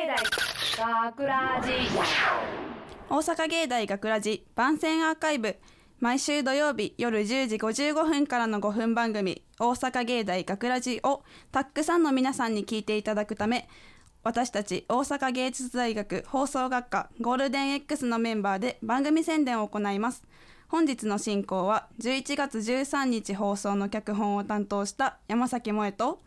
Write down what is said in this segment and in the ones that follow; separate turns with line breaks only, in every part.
大学ラジ
大阪芸大学ラジ番宣アーカイブ毎週土曜日夜10時55分からの5分番組「大阪芸大学ラジをたくさんの皆さんに聞いていただくため私たち大阪芸術大学放送学科ゴールデン X のメンバーで番組宣伝を行います本日の進行は11月13日放送の脚本を担当した山崎萌と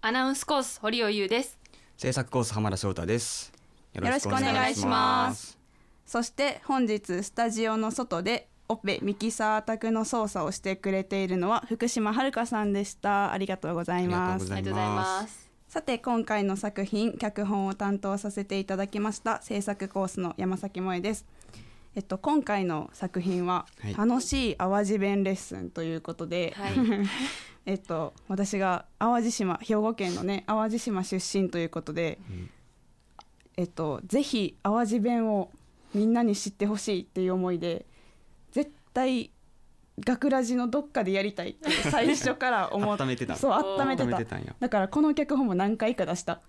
アナウンスコース堀尾優です。
制作コース浜田翔太ですよ
ろしくお願いしますそして本日スタジオの外でオペミキサー宅の操作をしてくれているのは福島遥さんでしたありがとうございま
ありがとうございます
ありがとうございます。
さて今回の作品脚本を担当させていただきました制作コースの山崎萌です。えっと今回の作品は
はい
楽しい淡路弁レッスンということで、
はい
えっと私が淡路島兵庫県のね淡路島出身ということで、
ん
えっとぜひ淡路弁をみんなに知ってほしいっていう思いで絶対学ラジのどっかでやりたいって最初から思っ
温めてた
そう温めて
温め
た
てたん や
だからこの脚本も何回か出した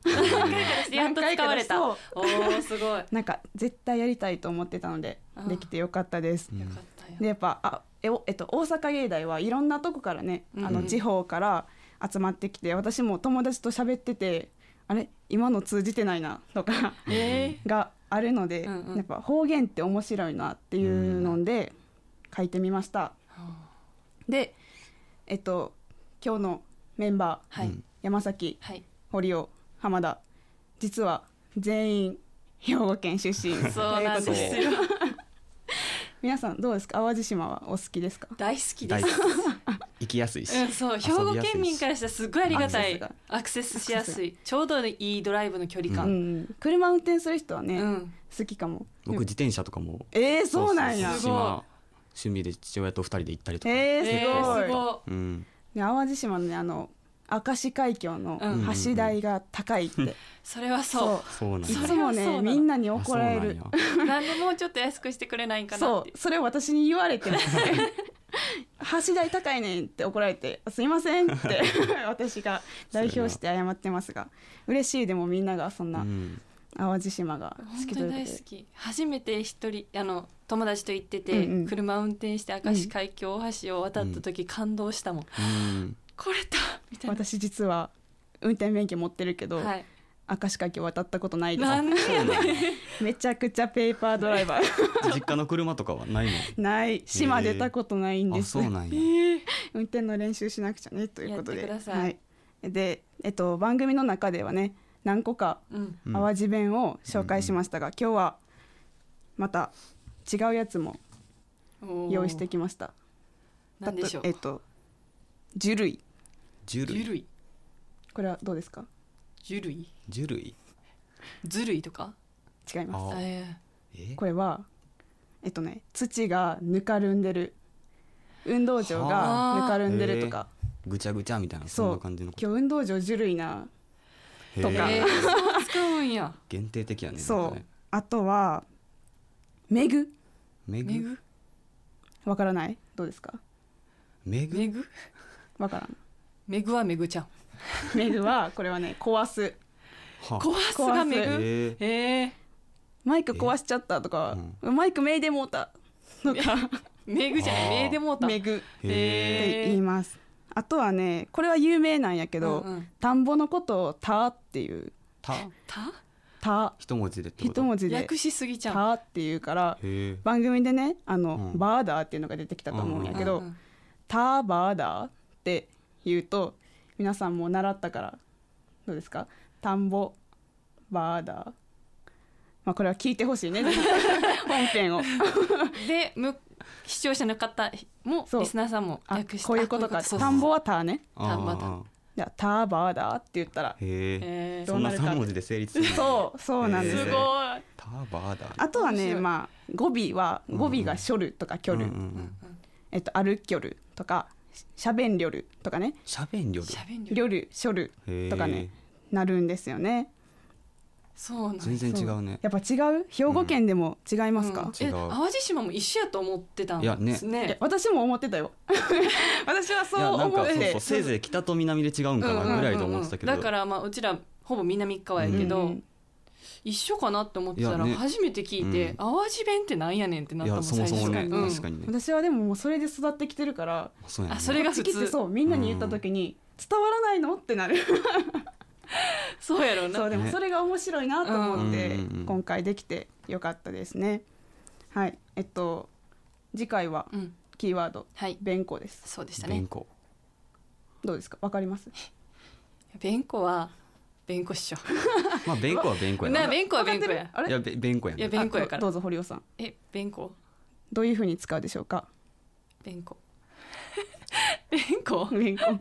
やっと使われた。
何
おおーすごい。よか
なんか絶対やりたいと思ってたので
あー
できてよかったです、
うん
ったよ。
でやっぱあえおえっと、大阪芸大はいろんなとこからね、あ
う
の
ん
地方から集まってきて私も友達と喋っててあれ今の通じてないなとか
え
があるので、
うんうん
やっぱ方言って面白いなっていうので書いてみました、でえっと今日のメンバー、
ー、は
う
い
ん
山崎
はい。
堀尾浜田実は全員兵庫県出身
そうなん
とい
で
うこと
すよ。
皆さんどうですか淡路島はお好きですか
大好きで
大
す
好。き行きやすいし、
うん、そう兵庫県民からしたらすっごいありがたい
アクセスが
アクセスしやすいちょうどいいドライブの距離
う
感
ん、車運転する人は
う
ね、
ん
好きかも
僕自転車とかも
えー、そうなんや
そ
す
う
ご
そ
い
う島趣味で父親と二人で行ったりとか、
えー、すごい,、
えーすご
うん
ね、淡路島のねあの明石海峡の
うん
橋台が高いって、
それはそ
そ
そうなん
う
だ
い
そ
つも
れはそ
ね
うなの
みんなに
あ
怒られる
そう
うなんでもうちょっと安くしてくれないかなっ
そ
て
うそれを私に言われ て橋代高いねんって怒られて「すいません」って 私が代表して謝ってますが嬉しいでもみんながそん
な
なん
やうん
淡路島が好
本
き
当
という
に
こと
大
で
好き初めて一人あの友達と行ってて、
うんうん
車運転して明石海峡大橋を渡った時、感動したもん
うん
これだみたいな、
私実は運転免許持ってるけど、
はい、
明石海峡渡ったことないで
なんでやねん
すめちゃくちゃペーパードライバ ー
実家の車とかはない
ない島出たことないん
の
で
あ
す、
そうなんや、
運転の練習しなくちゃねということで
やってください
はい、で、えっと、番組の中ではね何個か
うん、
うん
淡路弁を紹介しましたが、今日はまた違うやつも
おー
用意してきました。
なんでしょう
えっと樹類
ジュ
ゆ
ルイ
るい
これはどうですか？
ゆるい
ジュルイ
ずるいとか
違います。
あ
えー
え
これはえっとね土がぬかるんでる運動場
は
が
あ
ぬかるんでるとか、
ぐちゃぐちゃみたいなそ
そ
んな
う今
感じの
日運動場樹類な
へー
とか
えー、そう使うんや
限定的やね
そう
なんかね
あとはめぐ
め
め
ぐ
ぐ
わからないどうですか？
めぐ
めぐ
わからん。
めぐはめぐちゃん
めぐはこれはね壊す
は
壊すがめ
壊
ぐ
えー
えー、
マイク壊しちゃったとか、マイクめいでもうたとか
めぐじゃ
あ
ん
ー
めいでもうた
めぐって
へ
え
言います。あとはねこれは有名なんやけど、
うんうん
田んぼのことを「た」っていう
た
た
「た」
一文字でってこと
一文字で
略しす
「
ぎちゃう
た」っていうから
へえ
番組でねあの、
うん
バーダーっていうのが出てきたと思うんやけど「
うんうん
たバーダー」って言うと皆さんも習ったからどうですか田んぼバーダー。まあこれは聞いてほしい ね本編を
でむ視聴者の方も
そう
リスナーさんも
あ
略して
こういうことか
あそうそう
田んぼは「た」ね
あー
田んぼだ
あ
じゃあターバーだって言ったら
ーへえ
えー
ど
そ
うんな
な
るか
三文字で成立するの
そうそうなんですす
へ
ごい
ータバーだ
あとは
面
ね
白い
まあ語尾は語尾が「しょる」とか「きょ
うんう
る」
ん
えっと「歩きょる」とか「しゃべんりょる」とかね
しゃべんりょる
しゃべん
「
りょ
りょる」「しょる」
へー
とかねなるんですよね
そうなん
全然違うね
やっぱ違う兵庫県でも違いますか、
うんえ
違う
淡路島も一緒やと思ってたん
いやね
です
いや
ね
私も思ってたよ 私はそう
いやなん
思っ
かそう
て
そうせいぜい北と南で違うん
う
か
んうん
な
うんうん
ぐらいと思ってたけど
だからまあうちらほぼ南側やけ
う
ど
ん
一緒かなって思ってた
い
ら
やね
初めて聞いて、
うん
淡路弁ってなんやねんってなっ
い
た
や
もん
そもそもね
最初うん
確かにね
私はでももうそれで育ってきてるから
そうやね
あそれが普通
こっち来てそうみんなに言った時に伝わらないのってなる
そうやろうな
そうでもそれが面白いなと思って
うんうんうん
今回できてよかったですねはいえっと次回は
うん
キーワード
はい
「弁護」です
そうでしたね
弁護
どうですかわかります
弁護は弁護っしょ
まあ弁護は弁護や
な
な
弁護は弁護
わ
や
かってるあれ
いやべ弁護や
いや
ね
弁護やか
あ
ら
どうぞ堀尾さん
え弁護
どういうふうに使うでしょうか
弁護 弁護
弁護
難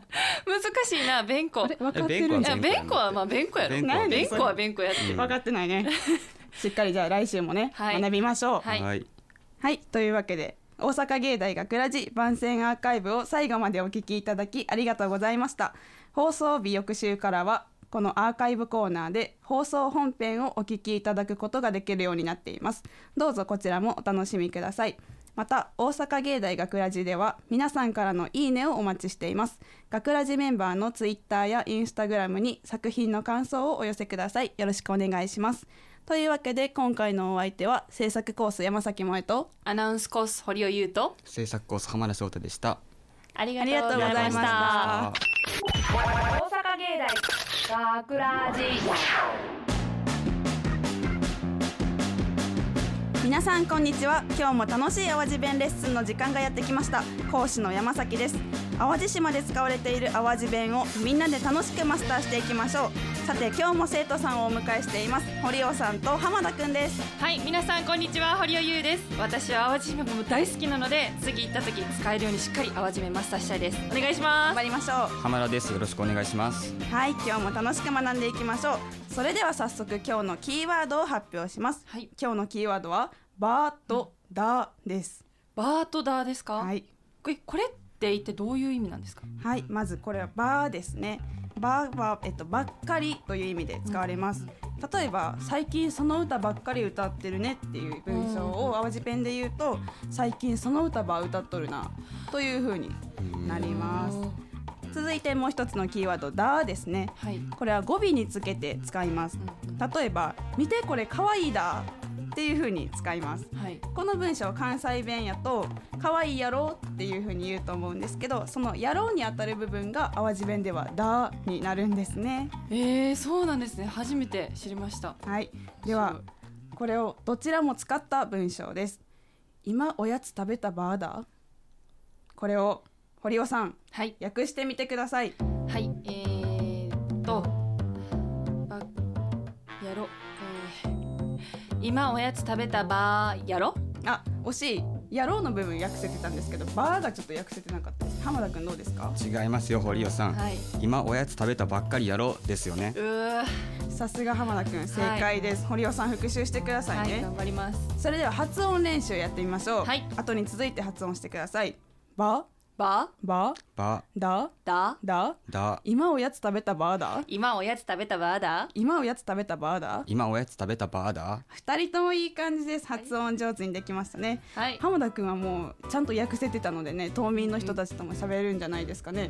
しいな弁護
あれ分かってるん
い
じゃ
や
ん
弁
弁護はまあ弁護やろ
弁
護は
弁護は弁護やって、
うん
分かってない ねしっかりじゃあ来週もね
はい
学びましょう
はい
はい
はい、というわけで大阪芸大学ラジ番宣アーカイブを最後までお聞きいただきありがとうございました放送日翌週からはこのアーカイブコーナーで放送本編をお聞きいただくことができるようになっていますどうぞこちらもお楽しみくださいまた大阪芸大学ラジでは皆さんからのいいねをお待ちしています学ラジメンバーのツイッターやインスタグラムに作品の感想をお寄せくださいよろしくお願いしますというわけで今回のお相手は制作コース山崎萌と
アナウンスコース堀尾優斗
制作コース浜田翔太でした
あり
がとうございました
ありがとうご
あ
大阪芸大学ラジ
皆さんこんにちは今日も楽しい淡路弁レッスンの時間がやってきました講師の山崎です淡路島で使われている淡路弁をみんなで楽しくマスターしていきましょうさて今日も生徒さんをお迎えしています堀尾さんと浜田くんです
はい皆さんこんにちは堀尾優です私は淡路島も大好きなので次行った時使えるようにしっかり淡路弁マスターしたいですお願いしま
頑
す
張りましょう
た浜田ですよろしくお願いします
はい今日も楽しく学んでいきましょうそれでは早速今日のキーワードを発表します
はい
今日のキーワードはバーとダーです
バートダーですか、
はい
これこれって一体どういう意味なんですか
はい、まずこれはバーですね。バーはえっとばっかりという意味で使われます。例えば最近その歌ばっかり歌ってるねっていう文章を淡路ペンで言うと最近その歌ば歌っとるなという風になります。続いてもう一つのキーワードだですね。
はい、うん
これは語尾につけて使います。例えば見てこれ可愛いだっていう風に使います。
はい
この文章関西弁やと「可愛いやろ」っていう風に言うと思うんですけどその「やろ」にあたる部分が淡路弁では「だ」になるんですね。
えー、そうなんですね初めて知りました
はい、ではこれをどちらも使った文章です。今おやつ食べたバーだこれを堀尾さん
はい
訳してみてください。
はい、えー、っと、ば、やろ、えー、今おやつ食べたば、やろ。
あ惜しい「やろう」の部分訳せてたんですけど「バー」がちょっと訳せてなかったです。浜田君どうですか
違いますよ堀尾さん、
はい。
今おやつ食べたばっかりやろうですよね
うー、
さすが浜田君正解です、堀尾さん復習してくださ
はい
ね。
い、頑張ります。
それでは発音練習やってみましょう。
はい
後に続いて発音してください。ば、
ば、
ば、
ば
だ、
だ、
だ。
だ
今おやつ食べたばだ。
今おやつ食べたばだ。
今おやつ食べたばだ。
今おやつ食べたばだ
二人ともいい感じです。発音上手にできましたね。
はい。
浜田くんはもうちゃんと訳せてたのでね、島民の人たちとも喋るんじゃないですかね。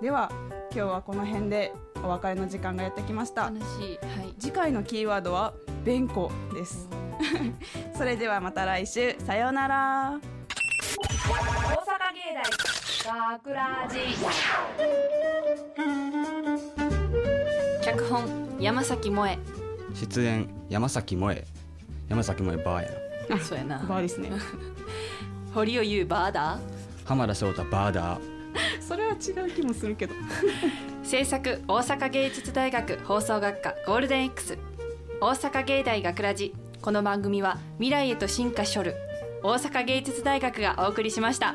では、今日はこの辺でお別れの時間がやってきました
楽。しい。はい。
次回のキーワードは弁護です。 それではまた来週。さようなら。
大阪芸大学ラジ
脚本、山崎萌え。
出演山崎萌え山崎萌えばーやな
そうやな。
バーですね。
堀尾優ばだ。
浜田翔太ばだ
それは違う気もするけど。
制作大阪芸術大学放送学科ゴールデン X 大阪芸大学ラジこの番組は未来へと進化しょる大阪芸術大学がお送りしました。